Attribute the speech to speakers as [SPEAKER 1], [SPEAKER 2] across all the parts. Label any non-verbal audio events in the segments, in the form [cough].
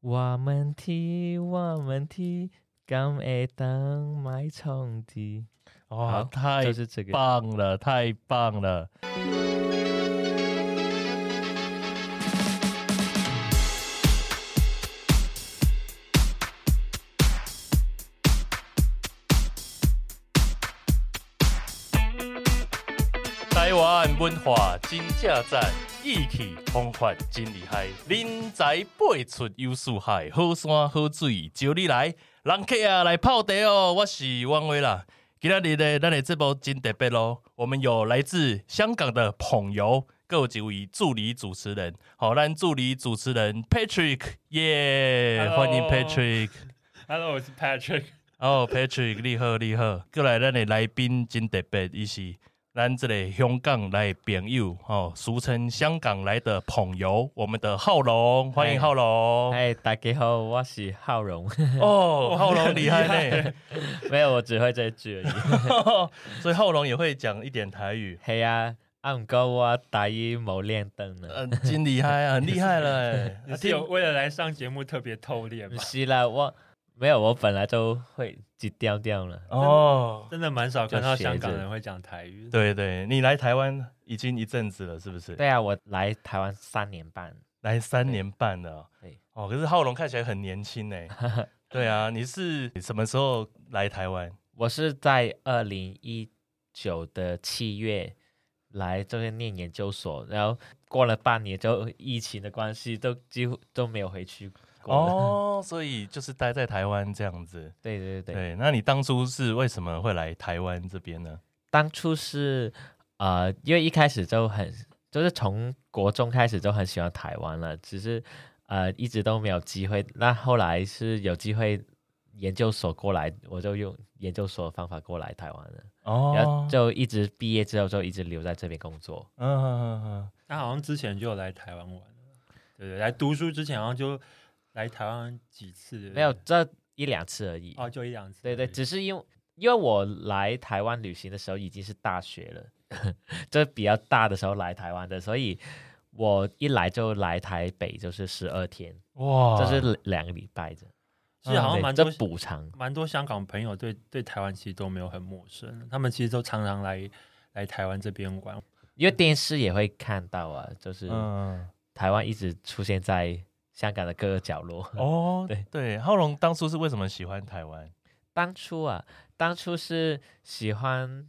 [SPEAKER 1] 我们踢，我们踢，敢会当买冲击，
[SPEAKER 2] 哇，
[SPEAKER 1] 好
[SPEAKER 2] 哦太
[SPEAKER 1] 就是这个。
[SPEAKER 2] 棒了，太棒了！台湾文化真正赞，意气风发真厉害，人才辈出有四海，好山好水招你来，人客啊来泡茶哦，我是汪威啦。今日的咱的这波真特别咯，我们有来自香港的朋友，还有一位助理主持人，好，咱助理主持人 Patrick，耶、
[SPEAKER 3] Hello
[SPEAKER 2] 欢迎 Patrick。
[SPEAKER 3] Hello，我是 Patrick。
[SPEAKER 2] 哦，Patrick，你好，你好，过来，咱的来宾真特别，伊是咱这个香港来的朋友，哦，俗称香港来的朋友，我们的浩龙，欢
[SPEAKER 1] 嗨
[SPEAKER 2] 迎浩龙。
[SPEAKER 1] 嗨，哎大家好，我是浩荣， [laughs]
[SPEAKER 2] 哦，
[SPEAKER 3] 哇
[SPEAKER 2] 浩龙 [laughs] 厉害呢，
[SPEAKER 1] 没有，我只会这一句而已。
[SPEAKER 2] [laughs] 所以浩龙也会讲一点台语，
[SPEAKER 1] 嘿啊，啊，唔过我大一冇练灯啊呢。
[SPEAKER 2] 嗯、真厉害 [laughs] 啊，很厉害了欸，
[SPEAKER 3] 你是啊有为了来上节目特别偷练
[SPEAKER 1] 不
[SPEAKER 3] 吗？
[SPEAKER 1] 是啦，我没有，我本来就会几调调了。
[SPEAKER 2] 哦，
[SPEAKER 3] [laughs] 真的蛮少看到
[SPEAKER 1] 就学着
[SPEAKER 3] 香港人会讲台语。
[SPEAKER 2] 对对，你来台湾已经一阵子了，是不是？
[SPEAKER 1] 对啊，我来台湾三年半，
[SPEAKER 2] 来三年半了
[SPEAKER 1] 对。
[SPEAKER 2] 哦，可是浩龙看起来很年轻 [laughs] 呢。对啊，你是什么时候来台湾？
[SPEAKER 1] 我是在二零一九的七月来这边念研究所，然后过了半年就疫情的关系，都几乎都没有回去过了。
[SPEAKER 2] 哦， [laughs] 所以就是待在台湾这样子。
[SPEAKER 1] 对对对
[SPEAKER 2] 对，
[SPEAKER 1] 对，
[SPEAKER 2] 那你当初是为什么会来台湾这边呢？
[SPEAKER 1] 当初是呃，因为一开始就很就是从国中开始就很喜欢台湾了，只是呃一直都没有机会。那后来是有机会研究所过来，我就用研究所的方法过来台湾了，然后
[SPEAKER 2] 哦，
[SPEAKER 1] 就一直毕业之后就一直留在这边工作。
[SPEAKER 2] 嗯嗯嗯
[SPEAKER 3] 他好像之前就有来台湾玩了，对对，来读书之前好像就来台湾几次，对不对
[SPEAKER 1] 没有这一两次而已。
[SPEAKER 3] 哦，就一两次
[SPEAKER 1] 对
[SPEAKER 3] 而已。
[SPEAKER 1] 对，只是因为因为我来台湾旅行的时候已经是大学了， [laughs] 这比较大的时候来台湾的，所以我一来就来台北就是十二天，
[SPEAKER 2] 嗯，哇，
[SPEAKER 1] 就是两个礼拜的，
[SPEAKER 3] 是哦好像蛮
[SPEAKER 1] 嗯对
[SPEAKER 3] 多
[SPEAKER 1] 这补偿。
[SPEAKER 3] 蛮多香港朋友对对台湾其实都没有很陌生，他们其实都常常来来台湾这边玩。
[SPEAKER 1] 因为
[SPEAKER 3] 嗯
[SPEAKER 1] 电视也会看到啊，就是
[SPEAKER 2] 嗯，
[SPEAKER 1] 台湾一直出现在香港的各个角落。
[SPEAKER 2] 哦， [laughs] 对
[SPEAKER 1] 对
[SPEAKER 2] 对，浩龙当初是为什么喜欢台湾？
[SPEAKER 1] 当初啊，当初是喜欢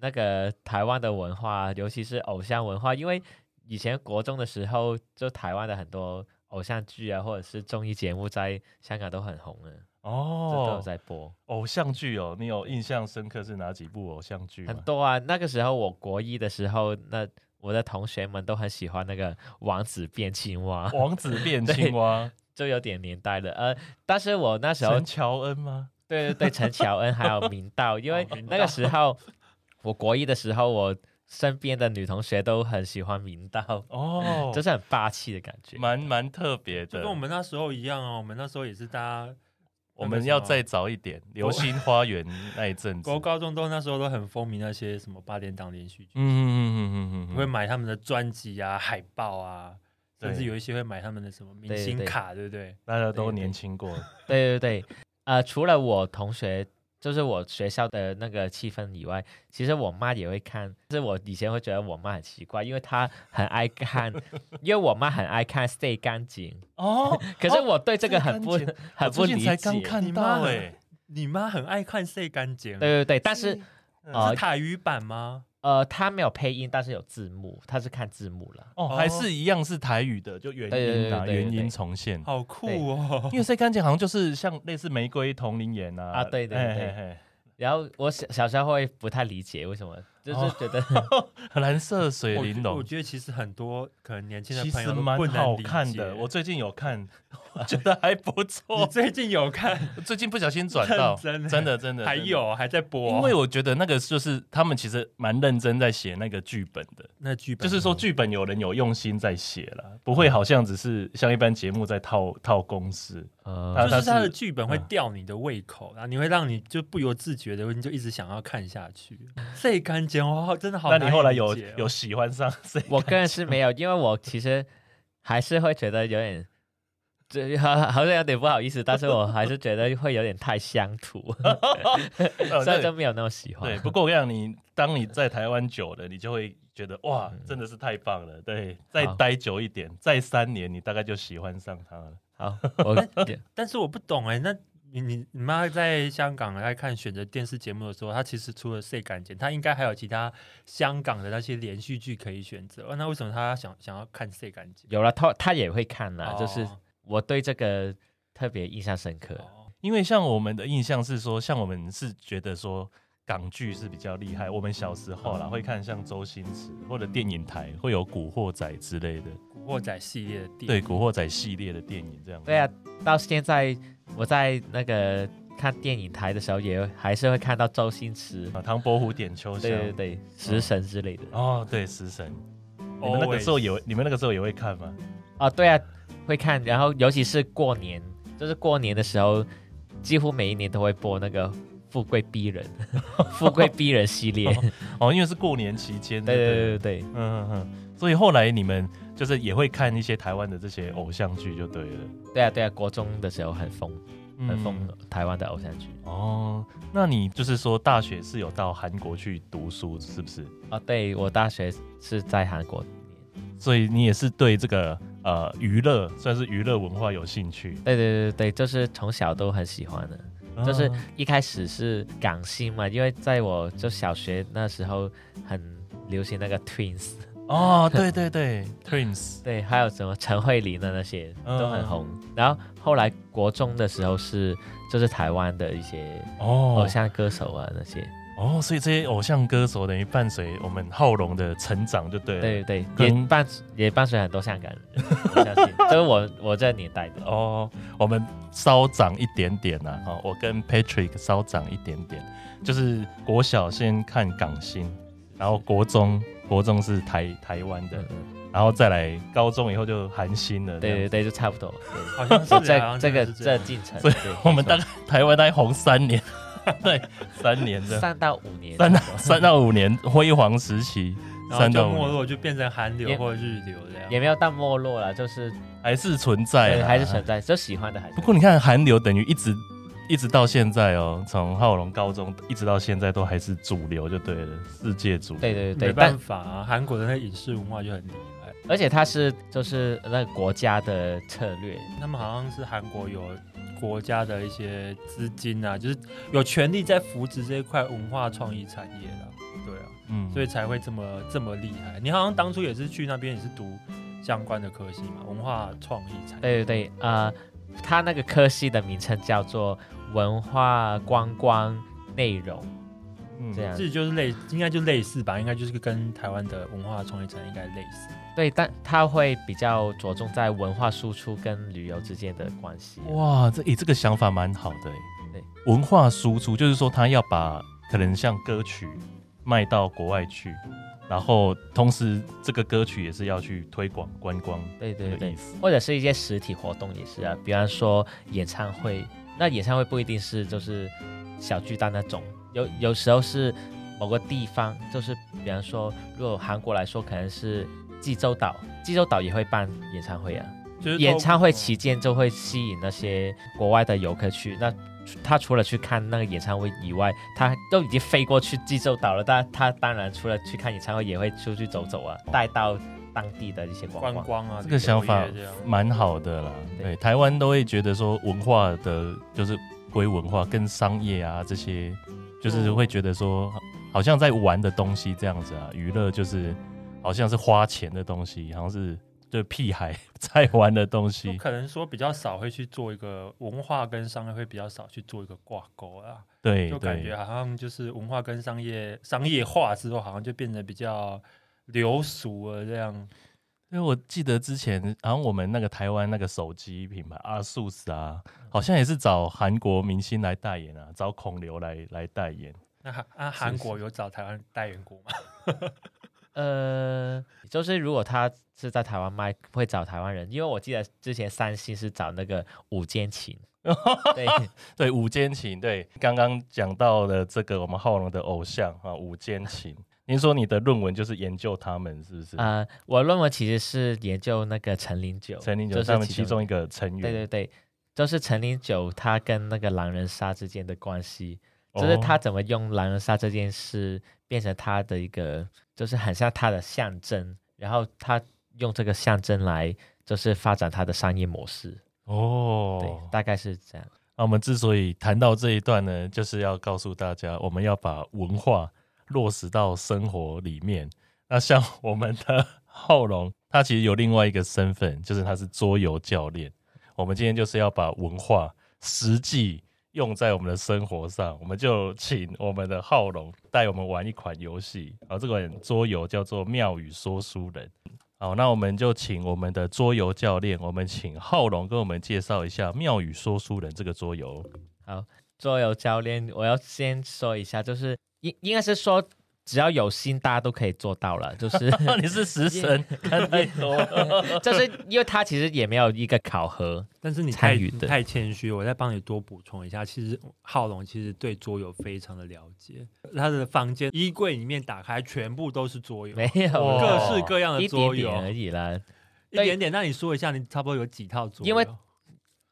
[SPEAKER 1] 那个台湾的文化，尤其是偶像文化，因为以前国中的时候，就台湾的很多偶像剧啊，或者是综艺节目，在香港都很红的，这都有
[SPEAKER 2] 哦，
[SPEAKER 1] 在播、
[SPEAKER 2] 偶像剧哦，你有印象深刻是哪几部偶像剧吗？
[SPEAKER 1] 很多啊。那个时候我国一的时候，那我的同学们都很喜欢那个《王子变青蛙》， [laughs]
[SPEAKER 2] 王子变青蛙，
[SPEAKER 1] 就有点年代了。呃，但是我那时候
[SPEAKER 2] 陈乔恩吗？
[SPEAKER 1] 对对对，陈乔恩还有明道，因为
[SPEAKER 3] 哦明
[SPEAKER 1] 那
[SPEAKER 3] 道
[SPEAKER 1] 个时候我国一的时候，我身边的女同学都很喜欢明道，[laughs]
[SPEAKER 2] 哦，
[SPEAKER 1] 就是很霸气的感觉。
[SPEAKER 2] 蛮蛮特别
[SPEAKER 3] 就
[SPEAKER 2] 的
[SPEAKER 3] 跟。我们那时候一样哦，我们那时候也是大家
[SPEAKER 2] 我们要再早一点，《流星花园》那一阵子。
[SPEAKER 3] 国高中都那时候都很风靡那些什么八点档连续剧，
[SPEAKER 2] 嗯嗯嗯嗯嗯
[SPEAKER 3] 会
[SPEAKER 2] 嗯，
[SPEAKER 3] 买他们的专辑啊、海报啊，
[SPEAKER 2] 对
[SPEAKER 3] 甚至有一些会买他们的什么明
[SPEAKER 1] 对
[SPEAKER 3] 星
[SPEAKER 1] 对
[SPEAKER 3] 卡，对不对？
[SPEAKER 2] 大家都年轻过。
[SPEAKER 1] 对对对，呃，除了我同学。就是我学校的那个气氛以外，其实我妈也会看。就是我以前会觉得我妈很奇怪，因为她很爱看，因为我妈很爱看《Stay 干净
[SPEAKER 2] 哦，》，
[SPEAKER 1] [laughs] 可是我对这个很不、
[SPEAKER 2] Stay 干
[SPEAKER 1] 很不
[SPEAKER 2] 我最
[SPEAKER 1] 理
[SPEAKER 2] 近
[SPEAKER 1] 解。
[SPEAKER 2] 才刚看到
[SPEAKER 3] 你妈
[SPEAKER 2] 哎，
[SPEAKER 3] 你妈很爱看《谁干净》，
[SPEAKER 1] 对对对，但是
[SPEAKER 2] 啊
[SPEAKER 1] 啊
[SPEAKER 3] 是台语版吗？
[SPEAKER 1] 呃，她没有配音，但是有字幕，她是看字幕了。
[SPEAKER 2] 哦，还是一样是台语的，就原音
[SPEAKER 1] 对对
[SPEAKER 2] 啊，
[SPEAKER 1] 对对对
[SPEAKER 2] 原音重现。
[SPEAKER 3] 好酷哦！
[SPEAKER 2] 因为《谁干净》好像就是像类似玫瑰同龄眼啊
[SPEAKER 1] 啊对对对对
[SPEAKER 2] 嘿嘿
[SPEAKER 1] 然后我小小时候会不太理解为什么，就是
[SPEAKER 2] 哦
[SPEAKER 1] 觉
[SPEAKER 3] [laughs]
[SPEAKER 1] 得、
[SPEAKER 2] 嘿蓝色水玲
[SPEAKER 3] 我
[SPEAKER 2] 珑
[SPEAKER 3] 觉得其实很多可能年轻的
[SPEAKER 2] 其
[SPEAKER 3] 朋
[SPEAKER 2] 实
[SPEAKER 3] 友都
[SPEAKER 2] 蛮
[SPEAKER 3] 不能
[SPEAKER 2] 好
[SPEAKER 3] 理
[SPEAKER 2] 看
[SPEAKER 3] 解
[SPEAKER 2] 的，我最近有看，我觉得还不
[SPEAKER 3] 你
[SPEAKER 2] 错。
[SPEAKER 3] 最近有
[SPEAKER 2] [laughs]
[SPEAKER 3] 看？
[SPEAKER 2] 最近不小心转到，
[SPEAKER 3] [laughs] 认真欸
[SPEAKER 2] 真的真的
[SPEAKER 3] 还。有还在播哦，
[SPEAKER 2] 因为我觉得那个就是他们其实蛮认真在写那个剧本的，
[SPEAKER 3] 那剧本
[SPEAKER 2] 就是说剧本有人有用心在写了，不会好像只是像一般节目在套套公式。
[SPEAKER 1] 呃
[SPEAKER 2] 啊
[SPEAKER 3] [laughs] 就
[SPEAKER 2] 它
[SPEAKER 3] 是他
[SPEAKER 2] 是
[SPEAKER 3] 的剧本会
[SPEAKER 2] 嗯
[SPEAKER 3] 吊你的胃口，然后你会让你就不由自觉的，你就一直想要看下
[SPEAKER 2] [laughs]
[SPEAKER 3] 去。这一干剪哇，真的好
[SPEAKER 2] 那
[SPEAKER 3] 难理解哦。
[SPEAKER 2] 你后来有有喜欢上谁？
[SPEAKER 1] 我个人是没有，因为我其实还是会觉得有点这好好像有点不好意思，但是我还是觉得会有点太乡土，
[SPEAKER 3] 哦
[SPEAKER 1] [laughs] 所
[SPEAKER 2] 呃
[SPEAKER 1] 以
[SPEAKER 2] 对
[SPEAKER 1] 就没有那么喜欢 [laughs]
[SPEAKER 2] 对，。不过我跟你讲，你当你在台湾久了，你就会觉得哇，真的是太棒了。对，再
[SPEAKER 1] 好
[SPEAKER 2] 待久一点，再三年，你大概就喜欢上它了。
[SPEAKER 3] [laughs]
[SPEAKER 1] 好，我
[SPEAKER 3] 但是我不懂哎、那你你你妈在香港在看选择电视节目的时候，她其实除了《谁感情》，她应该还有其他香港的那些连续剧可以选择。哦那为什么她想想要看《谁感情
[SPEAKER 1] 有了他，他也会看》？
[SPEAKER 2] 啊
[SPEAKER 1] 啦，
[SPEAKER 3] 哦
[SPEAKER 1] 就是我对这个特别印象深刻。
[SPEAKER 3] 哦
[SPEAKER 2] 因为像我们的印象是说，像我们是觉得说港剧是比较厉害。我们小时候啦，会看像周星驰或者电影台会有《古惑仔》之类的，
[SPEAKER 3] 古惑仔系列的电
[SPEAKER 2] 对，
[SPEAKER 3] 影
[SPEAKER 2] 《古惑仔》系列的电影这样。
[SPEAKER 1] 对啊，，到现在我在那个看电影台的时候，也还是会看到周星驰，
[SPEAKER 2] 啊，唐伯虎点秋香
[SPEAKER 1] 对，对对，食神之类的。
[SPEAKER 2] 哦，对，食神。你们那个时候也会，你们那个时候也会看吗？
[SPEAKER 1] 啊，对啊，会看，然后尤其是过年，就是过年的时候，几乎每一年都会播那个《富贵逼人》 [laughs] 《富贵逼人》系列。
[SPEAKER 2] 哦，因为是过年期间，
[SPEAKER 1] [laughs] 对
[SPEAKER 2] 不
[SPEAKER 1] 对对对
[SPEAKER 2] 嗯嗯嗯，所以后来你们就是也会看一些台湾的这些偶像剧就对了，
[SPEAKER 1] 对啊对啊！国中的时候很疯，很疯、
[SPEAKER 2] 嗯
[SPEAKER 1] 台湾的偶像剧。
[SPEAKER 2] 哦。那你就是说大学是有到韩国去读书，是不是？
[SPEAKER 1] 哦，对我大学是在韩国念。
[SPEAKER 2] 所以你也是对这个呃娱乐，算是娱乐文化有兴趣，
[SPEAKER 1] 对对对对，就是从小都很喜欢的。就是一开始是港星嘛，因为在我就小学那时候很流行那个 Twins， [laughs]
[SPEAKER 2] 哦，对对对，Twins
[SPEAKER 1] 对，还有什么陈慧琳的那些
[SPEAKER 2] 嗯
[SPEAKER 1] 都很红。然后后来国中的时候是就是台湾的一些偶
[SPEAKER 2] 哦
[SPEAKER 1] 像歌手啊那些，
[SPEAKER 2] 哦，所以这些偶像歌手等于伴随我们浩龙的成长，就对了。
[SPEAKER 1] 对对
[SPEAKER 2] 可
[SPEAKER 1] 对，
[SPEAKER 2] 能
[SPEAKER 1] 也伴也伴随很多香港人， [laughs] 我相信，就是我我这个年代的。
[SPEAKER 2] 哦，我们稍长一点点呐、啊，哦，我跟 Patrick 稍长一点点，就是国小先看港星，然后国中国中是台台湾的
[SPEAKER 1] 嗯，嗯
[SPEAKER 2] 然后再来高中以后就韩星了。
[SPEAKER 1] 对对，对，就差不多。
[SPEAKER 3] 好像是
[SPEAKER 1] 就
[SPEAKER 3] 啊好
[SPEAKER 1] 这
[SPEAKER 3] 像
[SPEAKER 1] 这
[SPEAKER 3] 真的
[SPEAKER 1] 个
[SPEAKER 3] 是这
[SPEAKER 1] 这
[SPEAKER 3] 样
[SPEAKER 1] 进程，
[SPEAKER 2] 所以
[SPEAKER 1] 对
[SPEAKER 2] 我们大
[SPEAKER 1] 没
[SPEAKER 2] 概台湾大概红三年， [laughs] 对，三年
[SPEAKER 1] 错
[SPEAKER 2] 的。
[SPEAKER 1] 三到五年，
[SPEAKER 2] 三到三到五年辉煌时
[SPEAKER 1] [laughs]
[SPEAKER 2] 期，
[SPEAKER 3] 然后
[SPEAKER 2] 三
[SPEAKER 3] 就
[SPEAKER 2] 到
[SPEAKER 3] 没
[SPEAKER 2] 五年
[SPEAKER 3] 落，就变成韩流
[SPEAKER 1] 也
[SPEAKER 3] 或日流这样。
[SPEAKER 1] 也没有到没落了，就是
[SPEAKER 2] 还是存在
[SPEAKER 1] 对，
[SPEAKER 2] 啦，
[SPEAKER 1] 还是存在，就喜欢的还是
[SPEAKER 2] 哎不过你看，韩流等于一直一直到现在哦，从浩龙高中一直到现在都还是主流就对了，世界主流。
[SPEAKER 1] 对对对，
[SPEAKER 3] 没
[SPEAKER 1] 但
[SPEAKER 3] 办法啊，韩国的那个影视文化就很厉害。
[SPEAKER 1] 而且它是就是那个国家的策略，
[SPEAKER 3] 他们好像是韩国有国家的一些资金啊，就是有权利在扶植这一块文化创意产业啦。对啊，
[SPEAKER 2] 嗯
[SPEAKER 3] 所以才会这么这么厉害。你好像当初也是去那边，也是读相关的科系嘛，文化创意产业。
[SPEAKER 1] 对对对，呃，它那个科系的名称叫做文化观光内容，
[SPEAKER 2] 嗯
[SPEAKER 1] 这样
[SPEAKER 3] 这就是类，应该就类似吧，应该就是跟台湾的文化创意产业应该类似。
[SPEAKER 1] 对，但它会比较着重在文化输出跟旅游之间的关系。
[SPEAKER 2] 哇，这诶、这个想法蛮好的诶、
[SPEAKER 1] 对
[SPEAKER 2] 文化输出就是说他要把可能像歌曲卖到国外去，然后同时这个歌曲也是要去推广观光
[SPEAKER 1] 对
[SPEAKER 2] 这
[SPEAKER 1] 对
[SPEAKER 2] 个
[SPEAKER 1] 对
[SPEAKER 2] 意，思。
[SPEAKER 1] 或者是一些实体活动也是啊，比方说演唱会，那演唱会不一定是就是小巨蛋那种，有有时候是某个地方，就是比方说，如果韩国来说，可能是济州岛，济州岛也会办演唱会啊。
[SPEAKER 3] 就是
[SPEAKER 1] 演唱会
[SPEAKER 2] 嗯
[SPEAKER 1] 期间就会吸引那些国外的游客去。那他除了去看那个演唱会以外，他都已经飞过去济州岛了，但他当然除了去看演唱会，也会出去走走啊，带到当地的一些观
[SPEAKER 3] 观
[SPEAKER 1] 光。
[SPEAKER 3] 光啊，
[SPEAKER 2] 这个想法
[SPEAKER 3] 旅游业这样
[SPEAKER 2] 蛮好的啦，
[SPEAKER 1] 对
[SPEAKER 2] 对，台湾都会觉得说文化的就是归文化，跟商业啊这些，就是
[SPEAKER 3] 嗯
[SPEAKER 2] 会觉得说好像在玩的东西这样子啊，娱乐就是好像是花钱的东西，好像是就屁孩在玩的东
[SPEAKER 3] 就
[SPEAKER 2] 西。
[SPEAKER 3] 可能说比较少会去做一个文化跟商业会比较少去做一个挂钩啊，
[SPEAKER 2] 对
[SPEAKER 3] 就感觉
[SPEAKER 2] 对，
[SPEAKER 3] 好像就是文化跟商业商业化之后，好像就变得比较流俗了这样。
[SPEAKER 2] 因为我记得之前好像我们那个台湾那个手机品牌阿素斯啊，好像也是找韩国明星来代言啊，找孔刘来来代言。
[SPEAKER 3] 那韩啊，韩国有找台湾代言过吗？ [laughs]
[SPEAKER 1] 呃，就是如果他是在台湾卖，会找台湾人，因为我记得之前三星是找那个五间
[SPEAKER 2] [laughs]
[SPEAKER 1] 琴，对
[SPEAKER 2] 对，五间琴，对，刚刚讲到的这个我们浩龙的偶像啊，五间琴。您说你的论文就是研究他们，是不是？
[SPEAKER 1] 呃，我论文其实是研究那个陈林九，
[SPEAKER 2] 陈林九
[SPEAKER 1] 就是
[SPEAKER 2] 他们其
[SPEAKER 1] 中
[SPEAKER 2] 中一个成
[SPEAKER 1] 对对
[SPEAKER 2] 员，
[SPEAKER 1] 对，就是陈林九他跟那个狼人杀之间的关系，
[SPEAKER 2] 哦
[SPEAKER 1] 就是他怎么用狼人杀这件事变成他的一个，就是很像他的象征，然后他用这个象征来就是发展他的商业模式，对，
[SPEAKER 2] 哦。
[SPEAKER 1] 大概是这样。
[SPEAKER 2] 那我们之所以谈到这一段呢，就是要告诉大家，我们要把文化落实到生活里面。那像我们的 [laughs] 浩龙，他其实有另外一个身份，就是他是桌游教练。我们今天就是要把文化实际用在我们的生活上，我们就请我们的浩龙带我们玩一款游戏，啊，这款桌游叫做《妙语说书人》。好，那我们就请我们的桌游教练，我们请浩龙跟我们介绍一下《妙语说书人》这个桌游。 [laughs]
[SPEAKER 1] 桌游教练，我要先说一下，就是应应该是说只要有心，大家都可以做到了，就是
[SPEAKER 3] [laughs]
[SPEAKER 2] 那你是食神，看太多了。
[SPEAKER 1] 就是因为他其实也没有一个考核，
[SPEAKER 3] 但是你
[SPEAKER 1] 参
[SPEAKER 3] 太
[SPEAKER 1] 与的
[SPEAKER 3] 太谦虚，我再帮你多补充一下。其实浩龙其实对桌游非常的了解，他的房间衣柜里面打开全部都是桌游，
[SPEAKER 1] 没有啦
[SPEAKER 2] 哇
[SPEAKER 3] 各式哦各样的
[SPEAKER 1] 一
[SPEAKER 3] 桌
[SPEAKER 1] 点
[SPEAKER 3] 游
[SPEAKER 1] 点，而已啦。
[SPEAKER 3] 一点点。那你说一下，你差不多有几套桌游？
[SPEAKER 1] 因为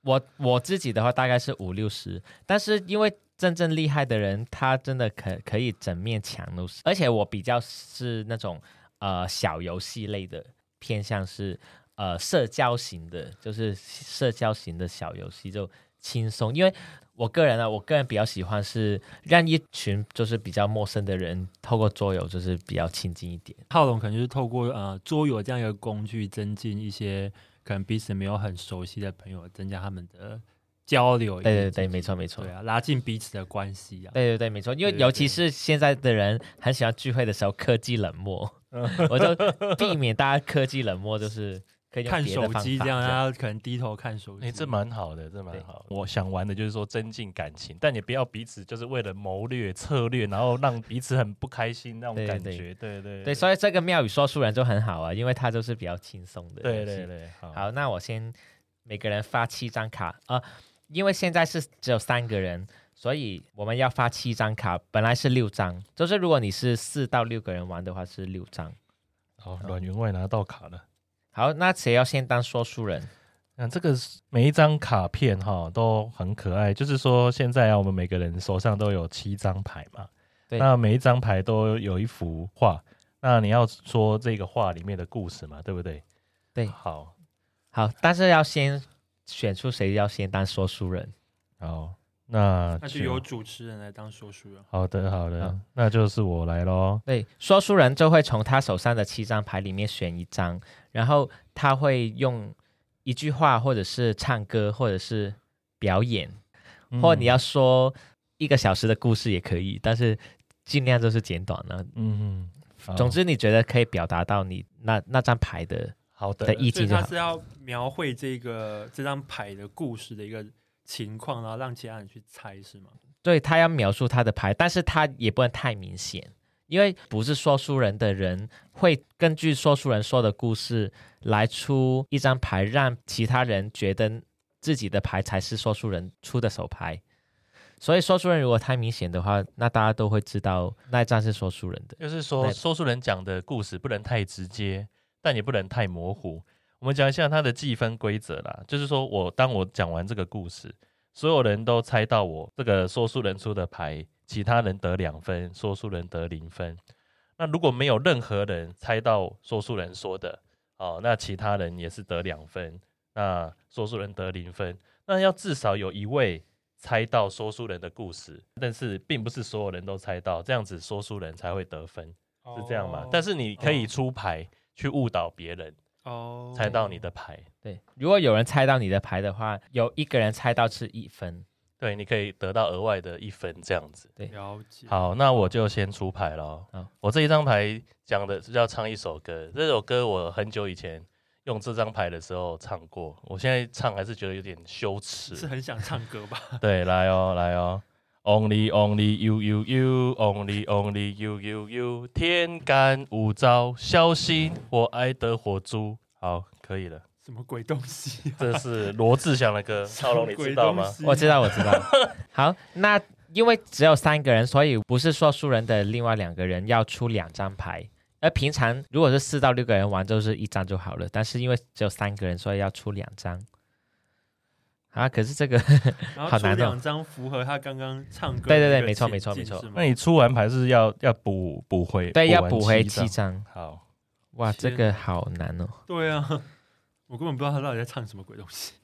[SPEAKER 1] 我我自己的话大概是五六十，但是因为真正厉害的人，他真的可可以整面墙都是，而且我比较是那种呃小游戏类的，偏向是呃社交型的，就是社交型的小游戏就轻松，因为。我个人呢、啊我个人比较喜欢是让一群就是比较陌生的人透过桌游就是比较亲近一点。
[SPEAKER 3] 浩龙可能就是透过呃桌游这样一个工具，增进一些可能彼此没有很熟悉的朋友，增加他们的交流。
[SPEAKER 1] 对对对，没错没错。
[SPEAKER 3] 对啊，拉近彼此的关系啊。
[SPEAKER 1] 对对对，没错，因为
[SPEAKER 3] 对对
[SPEAKER 1] 尤其是现在的人很喜欢聚会的时候科技冷
[SPEAKER 3] [laughs]
[SPEAKER 1] 漠，我就避免大家科技冷漠，就是可以用
[SPEAKER 3] 看
[SPEAKER 1] 别的
[SPEAKER 3] 手
[SPEAKER 1] 方
[SPEAKER 3] 机
[SPEAKER 1] 法
[SPEAKER 3] 这样，啊
[SPEAKER 1] 这样
[SPEAKER 3] 大家可能低头看手
[SPEAKER 2] 哎、
[SPEAKER 3] 机，
[SPEAKER 2] 这蛮好的，这蛮好。我想玩的就是说增进感情，但也不要彼此就是为了谋略策略，然后让彼此很不开心那种
[SPEAKER 1] 对
[SPEAKER 2] 感
[SPEAKER 1] 对
[SPEAKER 2] 觉。对对对
[SPEAKER 1] 对，所以这个妙语说书人就很好啊，因为它就是比较轻松的。
[SPEAKER 2] 对对。对，好。
[SPEAKER 1] 好，那我先每个人发七张卡啊、呃因为现在是只有三个人，所以我们要发七张卡，本来是六张，就是如果你是四到六个人玩的话是六张。
[SPEAKER 2] 好，阮哦员外拿到卡了。
[SPEAKER 1] 好，那谁要先当说书人？
[SPEAKER 2] 那、这个是每一张卡片哈都很可爱，就是说现在啊，我们每个人手上都有七张牌嘛，
[SPEAKER 1] 对
[SPEAKER 2] 那每一张牌都有一幅画，那你要说这个画里面的故事嘛，对不对？
[SPEAKER 1] 对
[SPEAKER 2] 好，
[SPEAKER 1] 好，但是要先选出谁要先当说书人。
[SPEAKER 2] 好，那
[SPEAKER 3] 那就由主持人来当说书人。
[SPEAKER 2] 好的好的，
[SPEAKER 1] 好
[SPEAKER 2] 那就是我来喽。
[SPEAKER 1] 对，说书人就会从他手上的七张牌里面选一张，然后他会用一句话，或者是唱歌，或者是表演，
[SPEAKER 2] 嗯
[SPEAKER 1] 或者你要说一个小时的故事也可以，但是尽量就是简短了。
[SPEAKER 2] 嗯，嗯
[SPEAKER 1] 总之，你觉得可以表达到你那那张牌的
[SPEAKER 2] 好好
[SPEAKER 1] 的
[SPEAKER 2] 的，
[SPEAKER 1] 意
[SPEAKER 3] 所以
[SPEAKER 1] 境就
[SPEAKER 3] 他
[SPEAKER 1] 好。
[SPEAKER 3] 是要描绘这个这张牌的故事的一个情况，然后让其他人去猜，是吗？
[SPEAKER 1] 对他要描述他的牌，但是他也不能太明显，因为不是说书人的人会根据说书人说的故事来出一张牌，让其他人觉得自己的牌才是说书人出的手牌。所以说书人如果太明显的话，那大家都会知道那一张是说书人的。
[SPEAKER 2] 就是说
[SPEAKER 1] 对
[SPEAKER 2] 说书人讲的故事不能太直接，但也不能太模糊。我们讲一下它的计分规则啦，就是说我当我讲完这个故事，所有人都猜到我这个说书人出的牌，其他人得两分，说书人得零分。那如果没有任何人猜到说书人说的，哦，那其他人也是得两分，那说书人得零分。那要至少有一位猜到说书人的故事，但是并不是所有人都猜到，这样子说书人才会得分，是这样吗？但是你可以出牌去误导别人
[SPEAKER 3] 哦
[SPEAKER 2] 猜到你的牌，
[SPEAKER 1] 对，如果有人猜到你的牌的话，有一个人猜到是一分。
[SPEAKER 2] 对，你可以得到额外的一分这样子。
[SPEAKER 3] 了解。
[SPEAKER 2] 好，那我就先出牌喽
[SPEAKER 1] 好。
[SPEAKER 2] 我这一张牌讲的是要唱一首歌，这首歌我很久以前用这张牌的时候唱过，我现在唱还是觉得有点羞
[SPEAKER 3] [laughs]
[SPEAKER 2] 耻，
[SPEAKER 3] 是很想唱歌吧？ [laughs]
[SPEAKER 2] 对，来哦，来哦。Only only you you you only only you you you 天干物燥，小心我爱的火烛。好，可以了。
[SPEAKER 3] 什么鬼东西、啊？啊
[SPEAKER 2] 这是罗志祥的歌，少龙你知道吗？
[SPEAKER 1] [laughs] 我知
[SPEAKER 3] 道。
[SPEAKER 1] 道，我知道。好，那因为只有三个人，所以不是说输人的另外两个人要出两张牌。而平常如果是四到六个人玩，就是一张就好了。但是因为只有三个人，所以要出两张。啊，可是这个
[SPEAKER 3] 然后
[SPEAKER 1] 好
[SPEAKER 3] 出
[SPEAKER 1] 难哦
[SPEAKER 3] 两张符合他刚刚唱歌的
[SPEAKER 1] 对对对
[SPEAKER 3] 那个
[SPEAKER 1] 没错
[SPEAKER 3] 情
[SPEAKER 1] 没错
[SPEAKER 3] 境
[SPEAKER 1] 没错
[SPEAKER 3] 是吗
[SPEAKER 2] 那你出完牌是要要补补回，
[SPEAKER 1] 对要
[SPEAKER 2] 完
[SPEAKER 1] 补回
[SPEAKER 2] 七
[SPEAKER 1] 七
[SPEAKER 2] 张。
[SPEAKER 1] 张，
[SPEAKER 2] 好，
[SPEAKER 1] 哇，这
[SPEAKER 3] 天
[SPEAKER 1] 个好难哦。
[SPEAKER 3] 对啊， [laughs] 我根本不知道他到底在唱什么鬼东西。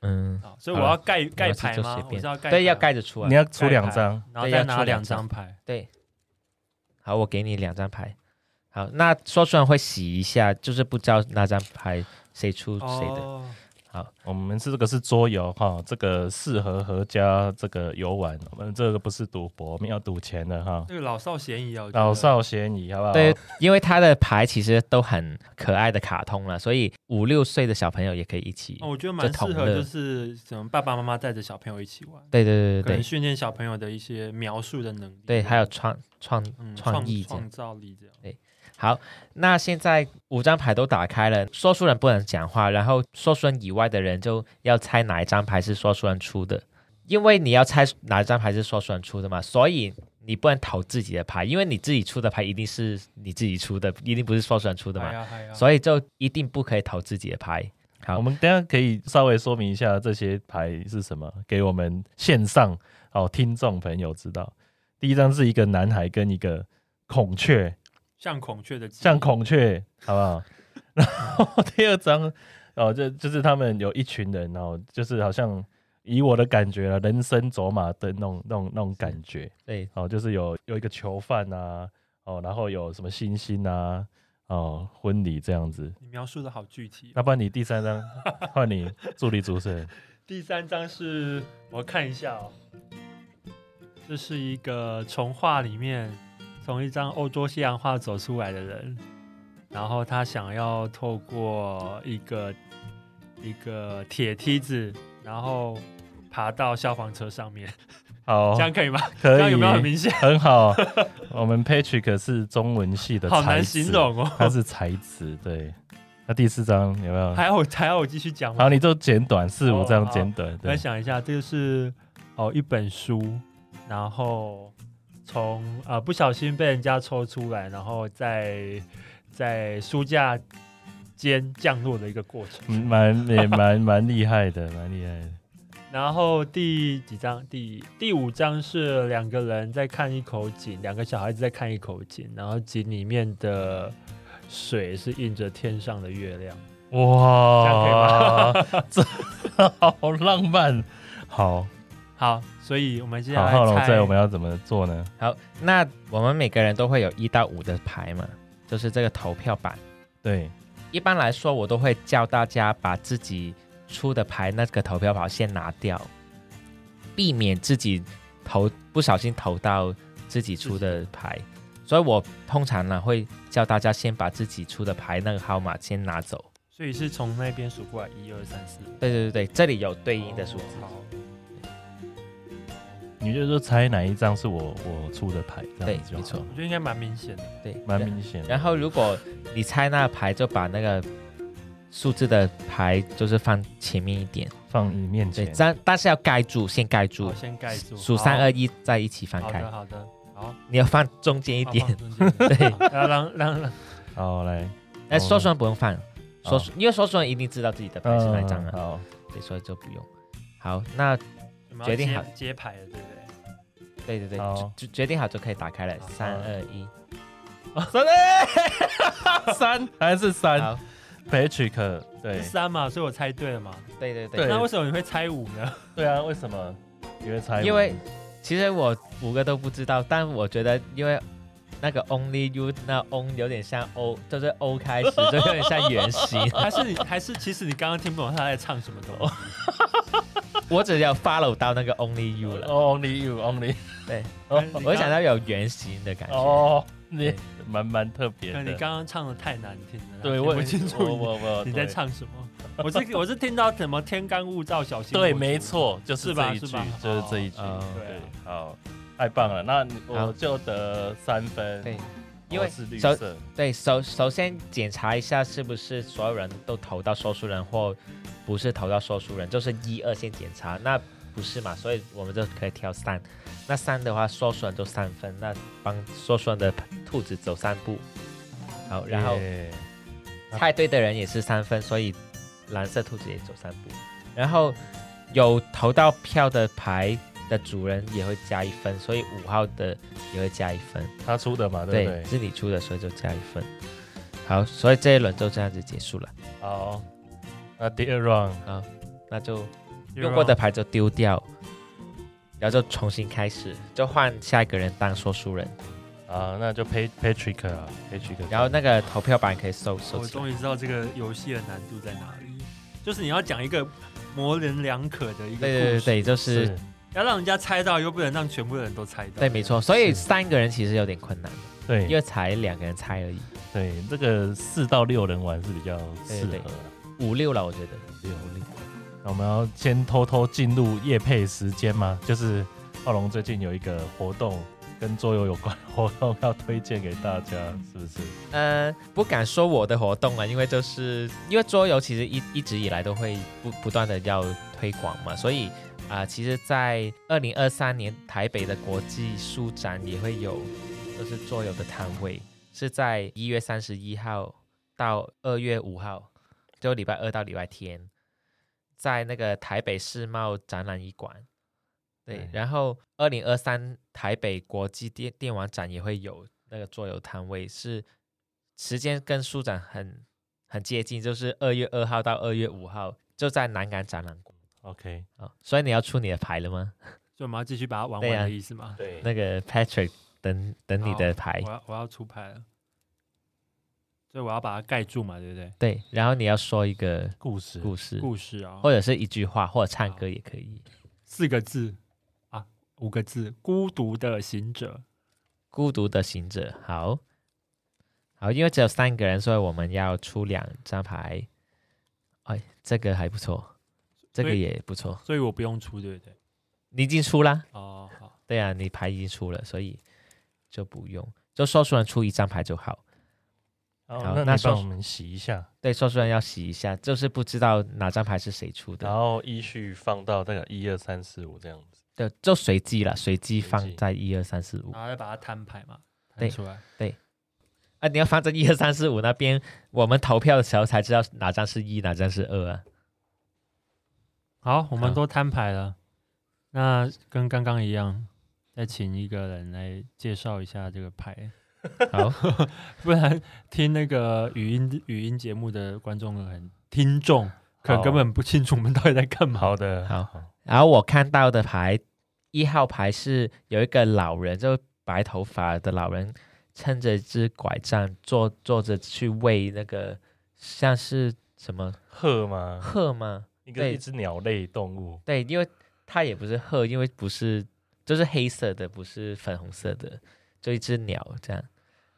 [SPEAKER 1] 嗯，
[SPEAKER 3] 好，所以我
[SPEAKER 1] 好了
[SPEAKER 3] 要盖盖
[SPEAKER 1] 没关系
[SPEAKER 3] 牌
[SPEAKER 1] 就
[SPEAKER 3] 吗
[SPEAKER 1] 随？
[SPEAKER 3] 我
[SPEAKER 1] 便
[SPEAKER 3] 是要盖，
[SPEAKER 1] 对，要，盖着出
[SPEAKER 2] 你
[SPEAKER 1] 啊。
[SPEAKER 2] 要出两张，
[SPEAKER 3] 然后
[SPEAKER 1] 对
[SPEAKER 3] 再
[SPEAKER 1] 要
[SPEAKER 3] 拿
[SPEAKER 1] 出两
[SPEAKER 3] 两
[SPEAKER 1] 张
[SPEAKER 3] 张牌。
[SPEAKER 1] 对，好，我给你两张牌。好，那说出来会洗一下，就是不知道那张牌谁出谁的。
[SPEAKER 3] 哦，
[SPEAKER 2] 我们是这个是桌游哈，这个适合合家这个游玩。我们这个不是赌博，我们要赌钱的哈。
[SPEAKER 3] 那个老少咸宜啊，我觉得
[SPEAKER 2] 老少咸宜，好不好？
[SPEAKER 1] 对，因为它的牌其实都很可爱的卡通了，所以五六岁的小朋友也可以一起。
[SPEAKER 3] 哦，我觉得蛮
[SPEAKER 1] 就
[SPEAKER 3] 适
[SPEAKER 1] 同
[SPEAKER 3] 合，
[SPEAKER 1] 乐
[SPEAKER 3] 就是什么爸爸妈妈带着小朋友一起玩，
[SPEAKER 1] 对对对
[SPEAKER 3] 可
[SPEAKER 1] 对
[SPEAKER 3] 能
[SPEAKER 1] 对
[SPEAKER 3] 训练小朋友的一些描述的能力，
[SPEAKER 1] 对，还有创创
[SPEAKER 3] 嗯
[SPEAKER 1] 创意这样。
[SPEAKER 3] 创造力这样。
[SPEAKER 1] 好，那现在五张牌都打开了，说书人不能讲话，然后说书人以外的人就要猜哪一张牌是说书人出的，因为你要猜哪一张牌是说书人出的嘛，所以你不能投自己的牌，因为你自己出的牌一定是你自己出的，一定不是说书人出的
[SPEAKER 3] 哎
[SPEAKER 1] 嘛，
[SPEAKER 3] 呀哎呀，
[SPEAKER 1] 所以就一定不可以投自己的牌。好
[SPEAKER 2] 我们等一下可以稍微说明一下这些牌是什么，给我们线上哦听众朋友知道。第一张是一个男孩跟一个孔雀，
[SPEAKER 3] 像孔雀的记忆
[SPEAKER 2] 像孔雀，好不好？ [laughs] 然后第二张哦，就就是他们有一群人，然后就是好像以我的感觉啊，人生走马灯那种那种那种感觉
[SPEAKER 1] 对，
[SPEAKER 2] 哦，就是有有一个囚犯啊，哦，然后有什么星星啊，哦，婚礼这样子。
[SPEAKER 3] 你描述的好具体哦。
[SPEAKER 2] 那不然你第三张换你助理主持人，
[SPEAKER 3] 第三张是我看一下哦，这是一个从画里面从一张欧洲西洋画走出来的人，然后他想要透过一个一个铁梯子，然后爬到消防车上面，
[SPEAKER 2] 好
[SPEAKER 3] 这，样可以吗？这
[SPEAKER 2] 可
[SPEAKER 3] 样
[SPEAKER 2] 以，
[SPEAKER 3] 有没有很明显？
[SPEAKER 2] 很好。我们 Patrick 是中文系的才
[SPEAKER 3] 好
[SPEAKER 2] 子，
[SPEAKER 3] 难形容哦。
[SPEAKER 2] 他是才子，对。那第四张有没有？
[SPEAKER 3] 还要我还要我继续讲吗
[SPEAKER 2] 好，？你就简短四
[SPEAKER 3] 哦
[SPEAKER 2] 五这样
[SPEAKER 3] 好
[SPEAKER 2] 简短，
[SPEAKER 3] 分
[SPEAKER 2] 对，
[SPEAKER 3] 享一下，这个是哦一本书，然后从呃不小心被人家抽出来，然后在在书架间降落的一个过程。
[SPEAKER 2] 嗯蛮也蛮 [laughs] 蛮厉害的，蛮厉害的。
[SPEAKER 3] 然后第几章？第第五章是两个人在看一口井，两个小孩子在看一口井，然后井里面的水是映着天上的月亮。
[SPEAKER 2] 哇，这好浪漫。好，
[SPEAKER 3] 好，所以我们接下
[SPEAKER 2] 好，
[SPEAKER 3] 来
[SPEAKER 2] 浩龙
[SPEAKER 3] 猜
[SPEAKER 2] 在我们要怎么做呢？
[SPEAKER 1] 好，那我们每个人都会有一到五的牌嘛，就是这个投票板。
[SPEAKER 2] 对，
[SPEAKER 1] 一般来说，我都会叫大家把自己出的牌那个投票牌先拿掉，避免自己投不小心投到自己出的牌。所以我通常呢会叫大家先把自己出的牌那个号码先拿走。
[SPEAKER 3] 所以是从那边数过来，一二三四，
[SPEAKER 1] 对对对对，这里有对应的数字。
[SPEAKER 3] 哦好
[SPEAKER 2] 你就说猜哪一张是我我出的牌，这样
[SPEAKER 1] 对
[SPEAKER 2] 子就
[SPEAKER 1] 没
[SPEAKER 2] 好
[SPEAKER 1] 错
[SPEAKER 2] 了
[SPEAKER 3] 我觉得应该蛮明显的。
[SPEAKER 1] 对，
[SPEAKER 2] 蛮明显的。
[SPEAKER 1] 然后如果你猜那个牌，就把那个数字的牌就是放前面一点。
[SPEAKER 2] 放你面
[SPEAKER 1] 对，
[SPEAKER 2] 前，
[SPEAKER 1] 但但是要盖住，先盖住
[SPEAKER 3] 好，，先盖住，
[SPEAKER 1] 数
[SPEAKER 3] 哦好
[SPEAKER 1] 三二一再一起翻
[SPEAKER 3] 好
[SPEAKER 1] 开
[SPEAKER 3] 的，。好的，好，
[SPEAKER 1] 你要放中间一
[SPEAKER 3] 一
[SPEAKER 1] 点。
[SPEAKER 3] [laughs]
[SPEAKER 1] [laughs]
[SPEAKER 3] 对，好让让让，
[SPEAKER 2] 好来，
[SPEAKER 1] 哎，
[SPEAKER 2] 哦
[SPEAKER 1] 说书人不用放，说书因为说书人一定知道自己的牌是哪一张
[SPEAKER 2] 嗯
[SPEAKER 1] 啊，
[SPEAKER 2] 好，
[SPEAKER 1] 对，所以就不用。好，那
[SPEAKER 3] 我们要
[SPEAKER 1] 决定好
[SPEAKER 3] 揭揭牌了，对不对？
[SPEAKER 1] 对对对，
[SPEAKER 2] 好
[SPEAKER 1] 就就决定好就可以打开了，
[SPEAKER 3] 好
[SPEAKER 1] 三二一，
[SPEAKER 2] 三嘞，三 [laughs] 还是三
[SPEAKER 1] 好，
[SPEAKER 2] ？Patrick，对
[SPEAKER 3] 是三嘛，所以我猜对了嘛。
[SPEAKER 1] 对对
[SPEAKER 2] 对
[SPEAKER 1] 对，
[SPEAKER 3] 那为什么你会猜五呢？。
[SPEAKER 1] [laughs]
[SPEAKER 2] 对啊，为什么？因为猜我，
[SPEAKER 1] 因为其实我五个都不知道，但我觉得因为。那个 Only You 那 On 有点像 O，就是 O 开始，就有点像圆形
[SPEAKER 3] 还是你还是其实你刚刚听不懂他在唱什么
[SPEAKER 1] 哦
[SPEAKER 3] 东西？
[SPEAKER 1] 我只有 follow 到那个 Only You 了，
[SPEAKER 3] 哦
[SPEAKER 2] Only you, only
[SPEAKER 3] [laughs]
[SPEAKER 1] 对
[SPEAKER 2] 哦。
[SPEAKER 3] 你刚
[SPEAKER 1] 我就想到有圆形的感觉。
[SPEAKER 2] 哦，你
[SPEAKER 1] 对
[SPEAKER 2] 蛮蛮特别
[SPEAKER 3] 可能你
[SPEAKER 2] 的。
[SPEAKER 3] 刚刚唱的太难听了，
[SPEAKER 2] 对，
[SPEAKER 3] 听
[SPEAKER 2] 我
[SPEAKER 3] 不清
[SPEAKER 2] 我
[SPEAKER 3] 楚
[SPEAKER 2] 我我
[SPEAKER 3] 你你在
[SPEAKER 2] 对
[SPEAKER 3] 唱什么。我是我是听到什么天干物燥，小心火
[SPEAKER 2] 对，
[SPEAKER 3] 烛
[SPEAKER 2] 没。错，就是
[SPEAKER 3] 是吧
[SPEAKER 2] 这一句
[SPEAKER 3] 是吧，
[SPEAKER 2] 就是这一句。
[SPEAKER 1] 哦
[SPEAKER 2] 对
[SPEAKER 3] 对，
[SPEAKER 2] 好，太棒了。那你我
[SPEAKER 1] 好
[SPEAKER 2] 就得三分，
[SPEAKER 1] 对
[SPEAKER 2] 我，
[SPEAKER 1] 因为
[SPEAKER 2] 是绿
[SPEAKER 1] 首
[SPEAKER 2] 色。
[SPEAKER 1] 对，首首先检查一下是不是所有人都投到说书人或不是投到说书人，就是一二先检查。那不是嘛，所以我们就可以挑三。那三的话，说顺就三分，那帮说顺的兔子走三步。好，然后
[SPEAKER 2] 耶
[SPEAKER 1] 猜对的人也是三分，所以蓝色兔子也走三步。然后有投到票的牌的主人也会加一分，所以五号的也会加一分。
[SPEAKER 2] 他出的嘛，
[SPEAKER 1] 对
[SPEAKER 2] 对不对？
[SPEAKER 1] 是你出的，所以就加一分。好，所以这一轮就这样子结束了。
[SPEAKER 2] 好，那第二 round
[SPEAKER 1] 好，那就用过的牌就丢掉，然后就重新开始，就换下一个人当说书人。
[SPEAKER 2] 啊，那就 Pat Patrick 啊，Patrick。
[SPEAKER 1] 然后那个投票板可以收收
[SPEAKER 3] 我
[SPEAKER 1] 起
[SPEAKER 3] 哦终
[SPEAKER 1] 来。
[SPEAKER 3] 于知道这个游戏的难度在哪里，就是你要讲一个模棱两可的一个故事，
[SPEAKER 1] 对对对对，就是
[SPEAKER 2] 是，
[SPEAKER 3] 要让人家猜到，又不能让全部的人都猜到。
[SPEAKER 1] 对，没错。所以
[SPEAKER 2] 是
[SPEAKER 1] 三个人其实有点困难，
[SPEAKER 2] 对，
[SPEAKER 1] 因为才两个人猜而已。
[SPEAKER 2] 对，这个四到六人玩是比较适合
[SPEAKER 1] 对
[SPEAKER 2] 的。
[SPEAKER 1] 五六了，我觉得。
[SPEAKER 2] 六六，那我们要先偷偷进入夜配时间吗？就是浩龙最近有一个活动，跟桌游有关的活动要推荐给大家，是不是？
[SPEAKER 1] 呃，不敢说我的活动啊，因为就是因为桌游其实一一直以来都会不不断的要推广嘛，所以啊、其实，在二零二三年台北的国际书展也会有，就是桌游的摊位，是在一月三十一号到二月五号，就礼拜二到礼拜天，在那个台北世贸展览一馆。对
[SPEAKER 2] 对，
[SPEAKER 1] 然后二零二三台北国际电电玩展也会有那个桌游摊位，是时间跟书展很很接近，就是二月二号到二月五号，就在南港展览馆
[SPEAKER 2] OK，
[SPEAKER 1] 哦。所以你要出你的牌了吗？
[SPEAKER 3] 所以我们要继续把它玩
[SPEAKER 1] 对
[SPEAKER 3] 完
[SPEAKER 1] 啊
[SPEAKER 3] 的意思吗？
[SPEAKER 2] 对
[SPEAKER 1] 那个 Patrick 等等你的牌
[SPEAKER 3] 我，要我要出牌了，所以我要把它盖住嘛，对不对？
[SPEAKER 1] 对，然后你要说一个
[SPEAKER 2] 故事
[SPEAKER 1] 故事，
[SPEAKER 3] 故事啊、
[SPEAKER 1] 或者是一句话，或者唱歌也可以。
[SPEAKER 3] 四个字啊，五个字，孤独的行者。
[SPEAKER 1] 孤独的行者，好，好，因为只有三个人，所以我们要出两张牌。哎，这个还不错，这个
[SPEAKER 3] 所以
[SPEAKER 1] 也不错。
[SPEAKER 3] 所以我不用出，对不对？
[SPEAKER 1] 你已经出啦，
[SPEAKER 3] 哦，好，
[SPEAKER 1] 对啊，你牌已经出了，所以就不用，就说书人出一张牌就好。
[SPEAKER 2] 好，
[SPEAKER 1] 好
[SPEAKER 2] 那
[SPEAKER 1] 那
[SPEAKER 2] 你
[SPEAKER 1] 说
[SPEAKER 2] 帮我们洗一下，
[SPEAKER 1] 对，说书人要洗一下，就是不知道哪张牌是谁出
[SPEAKER 2] 然
[SPEAKER 1] 的，
[SPEAKER 2] 后依序放到那个一二三四五这样子。
[SPEAKER 1] 对，就随机了，随机
[SPEAKER 2] 随
[SPEAKER 1] 放
[SPEAKER 2] 机
[SPEAKER 1] 在一二三四五
[SPEAKER 3] 然后再把它摊牌嘛，摊
[SPEAKER 1] 对
[SPEAKER 3] 出来。
[SPEAKER 1] 啊，你要放在一二三四五那边，我们投票的时候才知道哪张是一，哪张是二啊。
[SPEAKER 3] 好，我们
[SPEAKER 1] 好
[SPEAKER 3] 都摊牌了。那跟刚刚一样，再请一个人来介绍一下这个
[SPEAKER 2] [laughs]
[SPEAKER 3] 牌，
[SPEAKER 1] 好，
[SPEAKER 3] 不然听那个语音语音节目的观众很听众，可能
[SPEAKER 2] 好
[SPEAKER 3] 根本不清楚我们到底在干嘛。
[SPEAKER 2] 嗯好的，
[SPEAKER 1] 好然后我看到的牌，一号牌是有一个老人，就白头发的老人，撑着一只拐杖坐坐着去喂那个像是什么
[SPEAKER 2] 鹤吗？
[SPEAKER 1] 鹤吗？
[SPEAKER 2] 一个
[SPEAKER 1] 对
[SPEAKER 2] 一只鸟类动物，
[SPEAKER 1] 对，因为它也不是鹤，因为不是就是黑色的，不是粉红色的，就一只鸟这样。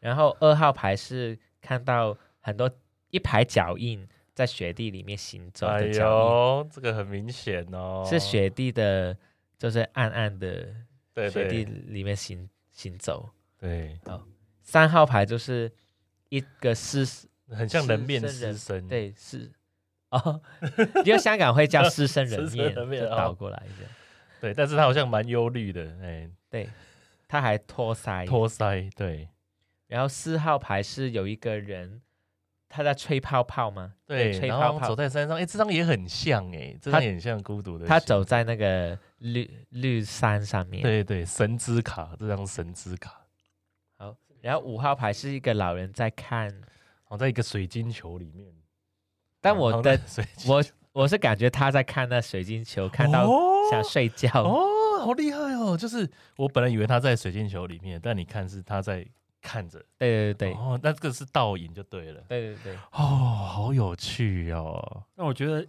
[SPEAKER 1] 然后二号牌是看到很多一排脚印在雪地里面行走
[SPEAKER 2] 哎
[SPEAKER 1] 的脚
[SPEAKER 2] 呦，这个很明显哦
[SPEAKER 1] 印，，是雪地的，就是暗暗的
[SPEAKER 2] 对
[SPEAKER 1] 雪地
[SPEAKER 2] 对
[SPEAKER 1] 里面行行走。
[SPEAKER 2] 对，
[SPEAKER 1] 三号牌就是一个狮，
[SPEAKER 2] 很像人面
[SPEAKER 1] 是是
[SPEAKER 2] 狮
[SPEAKER 1] 人
[SPEAKER 2] 身，，
[SPEAKER 1] 对狮哦， [laughs] 因为香港会
[SPEAKER 2] [laughs]
[SPEAKER 1] 叫狮身人
[SPEAKER 2] 狮身
[SPEAKER 1] 面，
[SPEAKER 2] 人面
[SPEAKER 1] 就
[SPEAKER 2] 哦
[SPEAKER 1] 倒过来的。
[SPEAKER 2] 对，但是他好像蛮忧虑的，哎，
[SPEAKER 1] 对，他还托腮，
[SPEAKER 2] 托腮，对
[SPEAKER 1] 然后四号牌是有一个人，他在吹泡泡吗？
[SPEAKER 2] 对，
[SPEAKER 1] 吹
[SPEAKER 2] 然
[SPEAKER 1] 泡
[SPEAKER 2] 后
[SPEAKER 1] 泡
[SPEAKER 2] 走。在山上，哎，这张也很像，哎，这张也很像孤独的，
[SPEAKER 1] 他走，在那个绿绿山上面。。
[SPEAKER 2] 对对，神之卡，这张神之卡，
[SPEAKER 1] 好，然后五号牌是一个老人在看，
[SPEAKER 2] 好像在一个水晶球里面，
[SPEAKER 1] 但我
[SPEAKER 2] 躺在 [laughs]
[SPEAKER 1] 的
[SPEAKER 2] 水晶
[SPEAKER 1] 我我是感觉他在看那水晶球，看到
[SPEAKER 2] 哦
[SPEAKER 1] 想睡觉。
[SPEAKER 2] 哦，好厉害哦！就是我本来以为他在水晶球里面，但你看是他在看着，
[SPEAKER 1] 对对对对
[SPEAKER 2] 哦，那这个是倒影就对了。
[SPEAKER 1] 对对
[SPEAKER 2] [laughs]
[SPEAKER 1] 对。
[SPEAKER 2] 哦，好有趣哦！
[SPEAKER 3] 那我觉得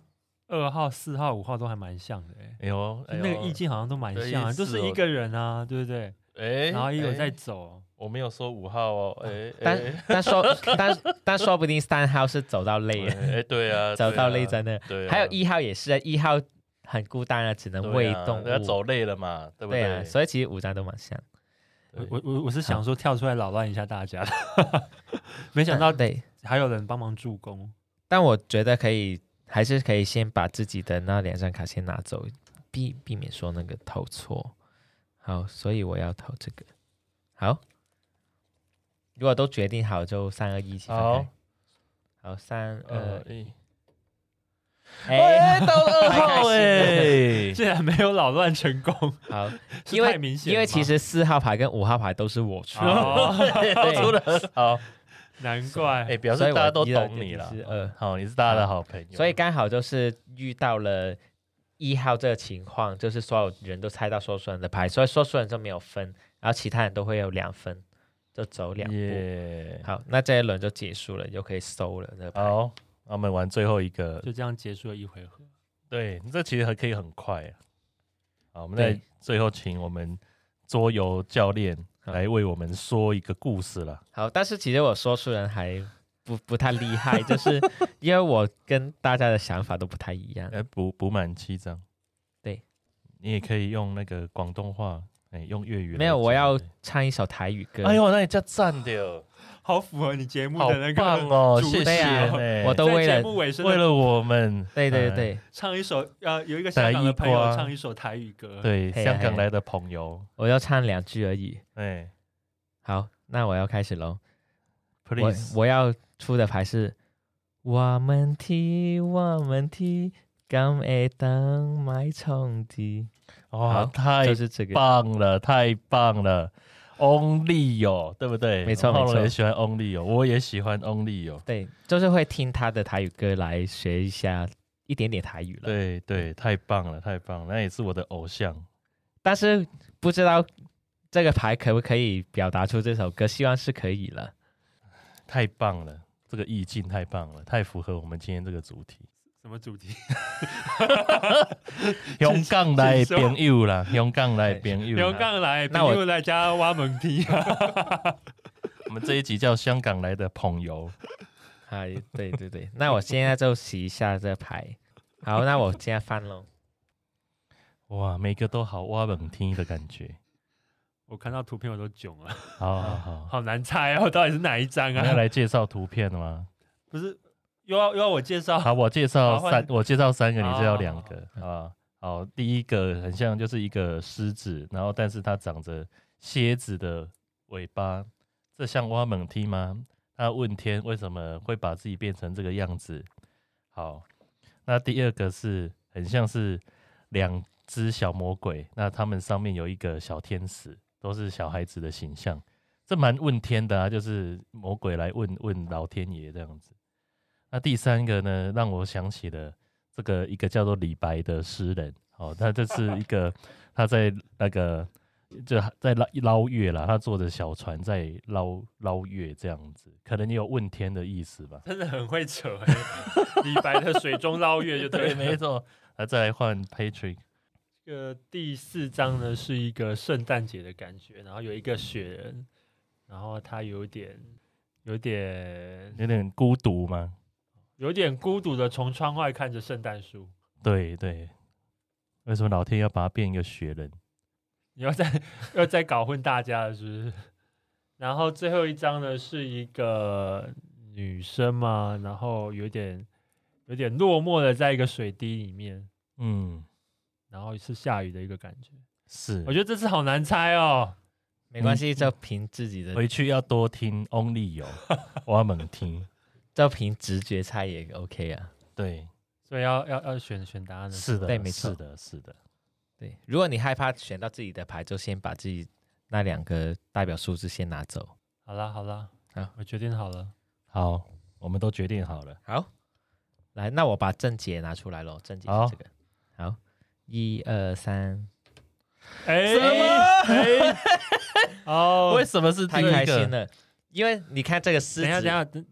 [SPEAKER 3] 二号、四号、五号都还蛮像的、欸，
[SPEAKER 2] 哎呦，哎
[SPEAKER 3] 哎，
[SPEAKER 2] 呦
[SPEAKER 3] 那个意，境好像都蛮像、
[SPEAKER 2] 有
[SPEAKER 3] 啊，
[SPEAKER 2] 意思哦
[SPEAKER 3] 就是一个人啊，对不对？
[SPEAKER 2] 哎，
[SPEAKER 3] 然后也有
[SPEAKER 2] 哎
[SPEAKER 3] 在，走，
[SPEAKER 2] 我没有说五号哦，哎，
[SPEAKER 1] 但
[SPEAKER 2] 哎
[SPEAKER 1] 但
[SPEAKER 2] [laughs]
[SPEAKER 1] 说但但说不定三号是走到累了，
[SPEAKER 2] 哎，对
[SPEAKER 1] [laughs]
[SPEAKER 2] 啊，
[SPEAKER 1] 走
[SPEAKER 2] 对
[SPEAKER 1] 到
[SPEAKER 2] 啊
[SPEAKER 1] 累在，那。
[SPEAKER 2] 对啊，
[SPEAKER 1] 还有一号也是，一号很孤单啊，只能
[SPEAKER 2] 对
[SPEAKER 1] 喂
[SPEAKER 2] 啊
[SPEAKER 1] 动
[SPEAKER 2] 对啊
[SPEAKER 1] 物。
[SPEAKER 2] 走累了嘛，对不
[SPEAKER 1] 对啊，所以其实五张都蛮像。
[SPEAKER 2] 对
[SPEAKER 3] 我我我是想说跳出来扰乱一下
[SPEAKER 2] [laughs]
[SPEAKER 3] 大家的，没想到
[SPEAKER 1] 嗯对，
[SPEAKER 3] 还有人帮忙助攻。
[SPEAKER 1] 但我觉得可以，还是可以先把自己的那两张卡先拿走，避避免说那个投错。好，所以我要投这个。好，如果都决定好，就三二一一起分
[SPEAKER 2] 好
[SPEAKER 1] 开。好，三
[SPEAKER 2] 呃
[SPEAKER 1] 二，
[SPEAKER 2] 哎
[SPEAKER 1] 哎，
[SPEAKER 2] 到二
[SPEAKER 1] 太开
[SPEAKER 2] 号
[SPEAKER 1] 心
[SPEAKER 2] [laughs] 哎，
[SPEAKER 3] 竟然没有扰乱成功，
[SPEAKER 1] 好，
[SPEAKER 3] 是
[SPEAKER 1] 因为
[SPEAKER 3] 太明显了吗，
[SPEAKER 1] 因为其实四号牌跟五号牌都 [laughs] 是啊我出的，
[SPEAKER 3] 哦，
[SPEAKER 2] 都出了二号，
[SPEAKER 3] 难怪
[SPEAKER 2] 哎，表
[SPEAKER 1] 所以
[SPEAKER 2] 示
[SPEAKER 1] 我
[SPEAKER 2] 大家都
[SPEAKER 1] 一到
[SPEAKER 2] 懂你了
[SPEAKER 1] 决定是呃二。
[SPEAKER 2] 好，你是大家的好朋友，
[SPEAKER 1] 所以刚好就是遇到了一号这个情况，就是所有人都猜到说书人的牌，所以说书人就没有分，然后其他人都会有两分，就走两步。
[SPEAKER 2] 耶，
[SPEAKER 1] 好，那这一轮就结束了，就可以收了这个牌。
[SPEAKER 2] 好，那我们玩最后一个，
[SPEAKER 3] 就这样结束了一回合。
[SPEAKER 2] 对，这其实还可以很快啊。好，我们在
[SPEAKER 1] 对
[SPEAKER 2] 最后请我们桌游教练
[SPEAKER 1] 好
[SPEAKER 2] 来为我们说一个故事了。
[SPEAKER 1] 好，但是其实我说书人还不不太厉
[SPEAKER 2] [laughs]
[SPEAKER 1] 害，就是因为我跟大家的想法都不太一样。
[SPEAKER 2] 哎，补补满七张，
[SPEAKER 1] 对，
[SPEAKER 2] 你也可以用那个广东话，哎，用粤语来讲。
[SPEAKER 1] 没有，我要
[SPEAKER 2] 对
[SPEAKER 1] 唱一首台语歌。
[SPEAKER 2] 哎呦，那也叫赞的，哦
[SPEAKER 3] 好符合你节目
[SPEAKER 2] 好
[SPEAKER 3] 的那
[SPEAKER 2] 棒
[SPEAKER 3] 个，
[SPEAKER 2] 哦，
[SPEAKER 3] 主
[SPEAKER 2] 谢
[SPEAKER 1] 题
[SPEAKER 2] 谢
[SPEAKER 1] 啊
[SPEAKER 2] 呢，
[SPEAKER 1] 我都为
[SPEAKER 3] 在
[SPEAKER 1] 了
[SPEAKER 3] 节目尾声
[SPEAKER 2] 为
[SPEAKER 3] 为了
[SPEAKER 2] 了我们，
[SPEAKER 1] 对对
[SPEAKER 2] 呃
[SPEAKER 1] 对，
[SPEAKER 3] 唱一首呃，有一个香港的朋
[SPEAKER 2] 台语
[SPEAKER 3] 友
[SPEAKER 2] 歌
[SPEAKER 3] 唱一首台语歌，，
[SPEAKER 2] 对，
[SPEAKER 1] 嘿呀
[SPEAKER 2] 香港
[SPEAKER 1] 嘿呀
[SPEAKER 2] 来的朋友，
[SPEAKER 1] 我要唱两句而已。
[SPEAKER 2] 哎
[SPEAKER 1] 好，那我要开始喽。我
[SPEAKER 2] ，please，
[SPEAKER 1] 我要出的牌是我们踢我们踢，敢会当买冲的，
[SPEAKER 2] 哇，
[SPEAKER 1] 好
[SPEAKER 2] 太
[SPEAKER 1] 就是这个。
[SPEAKER 2] 棒了，太棒了，Only 有，对不对？
[SPEAKER 1] 没错
[SPEAKER 2] 浩
[SPEAKER 1] 没
[SPEAKER 2] 龙
[SPEAKER 1] 错
[SPEAKER 2] 也喜欢 Only 有，我也喜欢 Only 哦有。
[SPEAKER 1] 对，就是会听他的台语歌来学一下一点点台语了。，
[SPEAKER 2] 对对，太棒了，太棒了，那也是我的偶像。
[SPEAKER 1] 但是不知道这个牌可不可以表达出这首歌，希望是可以了。
[SPEAKER 2] 太棒了，这个意境太棒了，太符合我们今天这个主题。
[SPEAKER 3] 什么主题？
[SPEAKER 2] 香港来的朋友啦，香港来
[SPEAKER 1] 哎
[SPEAKER 2] 的朋友啦，
[SPEAKER 3] 刘刚来，
[SPEAKER 1] 那我
[SPEAKER 3] 朋友来家挖门梯啊， [laughs]
[SPEAKER 2] 我们这一集叫香港来的朋友。
[SPEAKER 1] 哎，对对
[SPEAKER 2] [laughs]
[SPEAKER 1] 对，那我现在就洗一下这牌。好，那我现在翻喽。
[SPEAKER 2] 哇，每个都好挖冷听的感觉，
[SPEAKER 3] 我看到图片我都囧了，
[SPEAKER 2] 好好好，
[SPEAKER 3] 好难猜哦，到底是哪一张
[SPEAKER 2] 你要
[SPEAKER 3] 啊？
[SPEAKER 2] 来介绍图片吗？
[SPEAKER 3] 不是，又要又要我介绍
[SPEAKER 2] 好，我介绍
[SPEAKER 3] 好换
[SPEAKER 2] 三，我介绍三个，你介绍
[SPEAKER 3] 好
[SPEAKER 2] 两个啊。好，第一个很像就是一个狮子，然后但是它长着蝎子的尾巴，这像挖猛踢吗？他问天为什么会把自己变成这个样子？好，那第二个是很像是两只小魔鬼，那他们上面有一个小天使，都是小孩子的形象，这蛮问天的啊，就是魔鬼来问问老天爷这样子。那第三个呢，让我想起了这个一个叫做李白的诗人，哦，他这是
[SPEAKER 1] [laughs]
[SPEAKER 2] 一个他在那个就在捞捞月啦，他坐着小船在捞捞月这样子，可能也有问天的意思吧。 [laughs]
[SPEAKER 3] 真的很会扯哎、李白的水中捞月就对了。
[SPEAKER 2] 没错。那再来换 Patrick，
[SPEAKER 3] 这个第四章呢是一个圣诞节的感觉，然后有一个雪人，然后他有点有点
[SPEAKER 2] 有点孤独吗？
[SPEAKER 3] 有点孤独的从窗外看着圣诞树。
[SPEAKER 2] 对对，为什么老天要把他变一个雪人？
[SPEAKER 3] 你要再要再搞混大家了，是不是？然后最后一张呢是一个女生嘛，然后有点有点落寞的在一个水滴里面，
[SPEAKER 2] 嗯，
[SPEAKER 3] 然后是下雨的一个感觉。
[SPEAKER 2] 是
[SPEAKER 3] 我。觉得这次好难猜哦。
[SPEAKER 1] 没关
[SPEAKER 2] 嗯
[SPEAKER 1] 系，就凭自己的，
[SPEAKER 2] 回去要多听
[SPEAKER 1] [laughs]
[SPEAKER 2] Only 有，我要猛听。
[SPEAKER 1] 就凭直觉猜也 OK 啊。
[SPEAKER 2] 对，
[SPEAKER 3] 所以要要要选选答案了。
[SPEAKER 2] 是的，
[SPEAKER 1] 嗯对没
[SPEAKER 2] 是
[SPEAKER 1] 错
[SPEAKER 2] 的，是的。
[SPEAKER 1] 对，如果你害怕选到自己的牌，就先把自己那两个代表数字先拿走。
[SPEAKER 3] 好啦好啦，
[SPEAKER 1] 好
[SPEAKER 3] 我决定好了。
[SPEAKER 2] 好，我们都决定好了。
[SPEAKER 1] 好，来，那我把正解拿出来咯，正解
[SPEAKER 2] 好
[SPEAKER 1] 是这个。好，一二三，
[SPEAKER 3] 哎、哎
[SPEAKER 2] [laughs]
[SPEAKER 3] 哦，
[SPEAKER 2] 为什么是
[SPEAKER 1] 太
[SPEAKER 2] 这
[SPEAKER 1] 开
[SPEAKER 2] 个
[SPEAKER 1] 心了，因为你看这个狮
[SPEAKER 3] 等一下等一
[SPEAKER 1] 子，
[SPEAKER 3] 下，等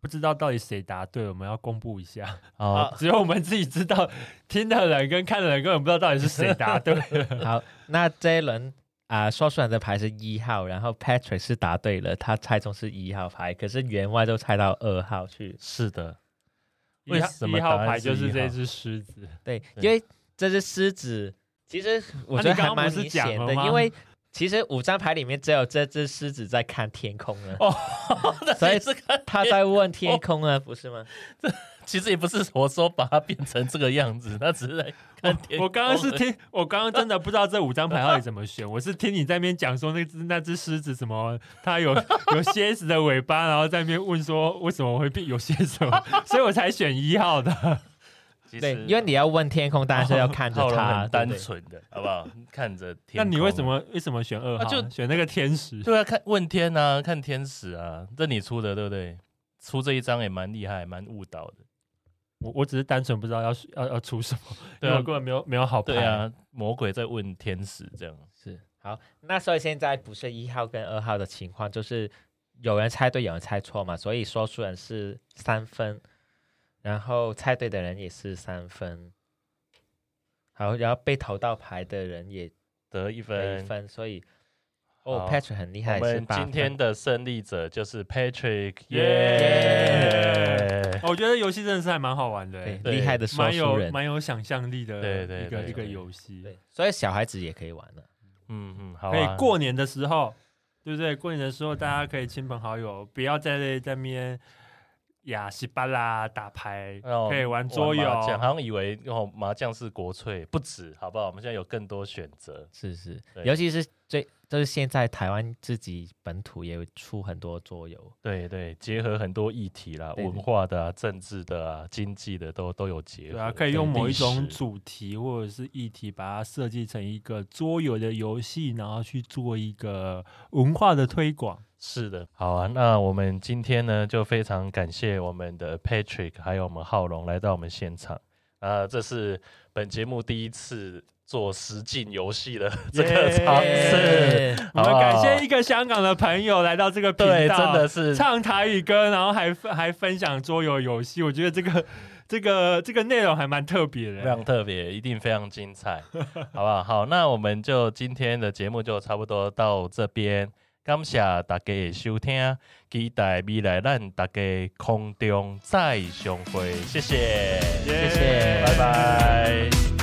[SPEAKER 3] 不知道到底谁答对，我们要公布一下。 [laughs]
[SPEAKER 2] 哦，
[SPEAKER 3] 只有我们自己知道，听的人跟看的人根本不知道到底是谁答对。
[SPEAKER 1] 好，那这一轮啊，说出来的牌是一号，然后 Patrick 是答对了，他猜中是一号牌，可是员外就猜到二号去。
[SPEAKER 2] 是的，[laughs]
[SPEAKER 3] 一
[SPEAKER 2] 为
[SPEAKER 3] 号
[SPEAKER 2] 什么
[SPEAKER 3] 一
[SPEAKER 2] 答
[SPEAKER 3] 号
[SPEAKER 2] 案
[SPEAKER 3] 牌
[SPEAKER 2] 是
[SPEAKER 3] 就是
[SPEAKER 2] 一
[SPEAKER 3] 这
[SPEAKER 2] 号
[SPEAKER 3] 只
[SPEAKER 2] [laughs]
[SPEAKER 3] 狮子？
[SPEAKER 1] 对，
[SPEAKER 2] 对
[SPEAKER 1] 因为这只狮子，其
[SPEAKER 3] [laughs]
[SPEAKER 1] 实我
[SPEAKER 3] 那
[SPEAKER 1] 觉得
[SPEAKER 3] 你刚
[SPEAKER 1] 还
[SPEAKER 3] 刚
[SPEAKER 1] 蛮
[SPEAKER 3] 不是
[SPEAKER 1] 明
[SPEAKER 3] 讲
[SPEAKER 1] 显
[SPEAKER 3] 了
[SPEAKER 1] 的，
[SPEAKER 3] 吗
[SPEAKER 1] 因为其实五张牌里面只有这只狮子在
[SPEAKER 3] [laughs]
[SPEAKER 1] 看天空了，
[SPEAKER 2] 哦
[SPEAKER 1] 所以
[SPEAKER 2] 这个
[SPEAKER 3] 哦
[SPEAKER 1] 他在问天空啊，不是吗？
[SPEAKER 2] 其实也不是我说把它变成这个样子，他只是在看天
[SPEAKER 3] 我刚刚是
[SPEAKER 2] 空而已
[SPEAKER 3] 听，
[SPEAKER 2] [laughs]
[SPEAKER 3] 我刚刚真的不知道这五张牌到底怎么选，我是听你在那边讲说那只那只狮子什么，它有 [laughs] 有蝎子的尾巴，然后在那边问说为什么会变有蝎子， [laughs] 所以我才选一号的。
[SPEAKER 2] 其
[SPEAKER 1] 对，
[SPEAKER 2] 实
[SPEAKER 1] 因为你要问天空，当然是
[SPEAKER 3] 哦
[SPEAKER 1] 要
[SPEAKER 3] [laughs]
[SPEAKER 1] 看着
[SPEAKER 2] 浩龙
[SPEAKER 1] 它，
[SPEAKER 2] 很单
[SPEAKER 1] 对不对
[SPEAKER 2] 纯的，好不好？看着天，
[SPEAKER 3] 那你为什？么为什么选二号？
[SPEAKER 2] 啊就
[SPEAKER 3] 选那个天使。
[SPEAKER 2] 对啊，看问天啊，看天使啊，这你出的对不对？出这一张也蛮厉害，蛮误导的。
[SPEAKER 3] 我我只是单纯不知道要要要出什 [laughs] 么，
[SPEAKER 2] 对啊
[SPEAKER 3] 因为我根本没有没有好牌。
[SPEAKER 2] 对，
[SPEAKER 3] [laughs]
[SPEAKER 2] 啊，魔鬼在问天使这样。
[SPEAKER 1] 是好，那所以现在不是一号跟二号的情况，就是有人猜对，有人猜错嘛，所以说书人是三分，然后猜对的人也是三分，好，然后被投到牌的人也
[SPEAKER 2] 得一
[SPEAKER 1] 得一
[SPEAKER 2] 分。
[SPEAKER 1] 分，所以哦
[SPEAKER 2] 好
[SPEAKER 1] ，Patrick 很厉
[SPEAKER 2] 我
[SPEAKER 1] 害，是
[SPEAKER 2] 们
[SPEAKER 1] 八
[SPEAKER 2] 今天
[SPEAKER 1] 分
[SPEAKER 2] 的胜利者就是 Patrick，
[SPEAKER 3] 耶
[SPEAKER 2] 耶！
[SPEAKER 3] 我觉得游戏真的是还蛮好玩的、
[SPEAKER 1] 对
[SPEAKER 3] 欸，
[SPEAKER 2] 对
[SPEAKER 1] 厉害的说
[SPEAKER 3] 蛮
[SPEAKER 1] 书
[SPEAKER 3] 有
[SPEAKER 1] 人，
[SPEAKER 3] 蛮有想象力的一个
[SPEAKER 2] 对对对
[SPEAKER 3] 一个
[SPEAKER 2] 对
[SPEAKER 3] 游戏。
[SPEAKER 1] [laughs] 对，所以小孩子也可以玩了，
[SPEAKER 2] 嗯嗯，好啊，
[SPEAKER 3] 可以过年的时候，对不对？过年的时候，大家可以亲朋好友，不要在在面呀西巴啦打牌，
[SPEAKER 2] 哦
[SPEAKER 3] 可以玩桌游。
[SPEAKER 2] 麻将好像以为哦麻将是国粹，不止，好不好？我们现在有更多选择。
[SPEAKER 1] 是是，
[SPEAKER 2] 对
[SPEAKER 1] 尤其是最就是现在台湾自己本土也出很多桌游，
[SPEAKER 2] 对对，结合很多议题啦，
[SPEAKER 1] 对对
[SPEAKER 2] 文化的啊、政治的啊、经济的都都有结合。
[SPEAKER 3] 对啊，可以用某一种
[SPEAKER 2] 历史
[SPEAKER 3] 主题或者是议题，把它设计成一个桌游的游戏，然后去做一个文化的推广。 [laughs]
[SPEAKER 2] 是的，好啊。那我们今天呢，就非常感谢我们的 Patrick 还有我们浩龙来到我们现场。啊，这是本节目第一次做实境游戏的这个尝试。
[SPEAKER 1] 耶
[SPEAKER 2] 好
[SPEAKER 3] 我
[SPEAKER 2] 不
[SPEAKER 3] 们
[SPEAKER 2] 好
[SPEAKER 3] 感谢一个香港的朋友来到这个频道，
[SPEAKER 2] 哦对，真的是
[SPEAKER 3] 唱台语歌，然后还分还分享桌游游戏，我觉得这个这个这个内容还蛮特别的。
[SPEAKER 2] 非常特别，一定非常精彩， [laughs] 好不好？好，那我们就今天的节目就差不多到这边，感谢大家的收听，期待未来咱大家空中再相会，谢谢，
[SPEAKER 1] 谢谢
[SPEAKER 2] 拜拜。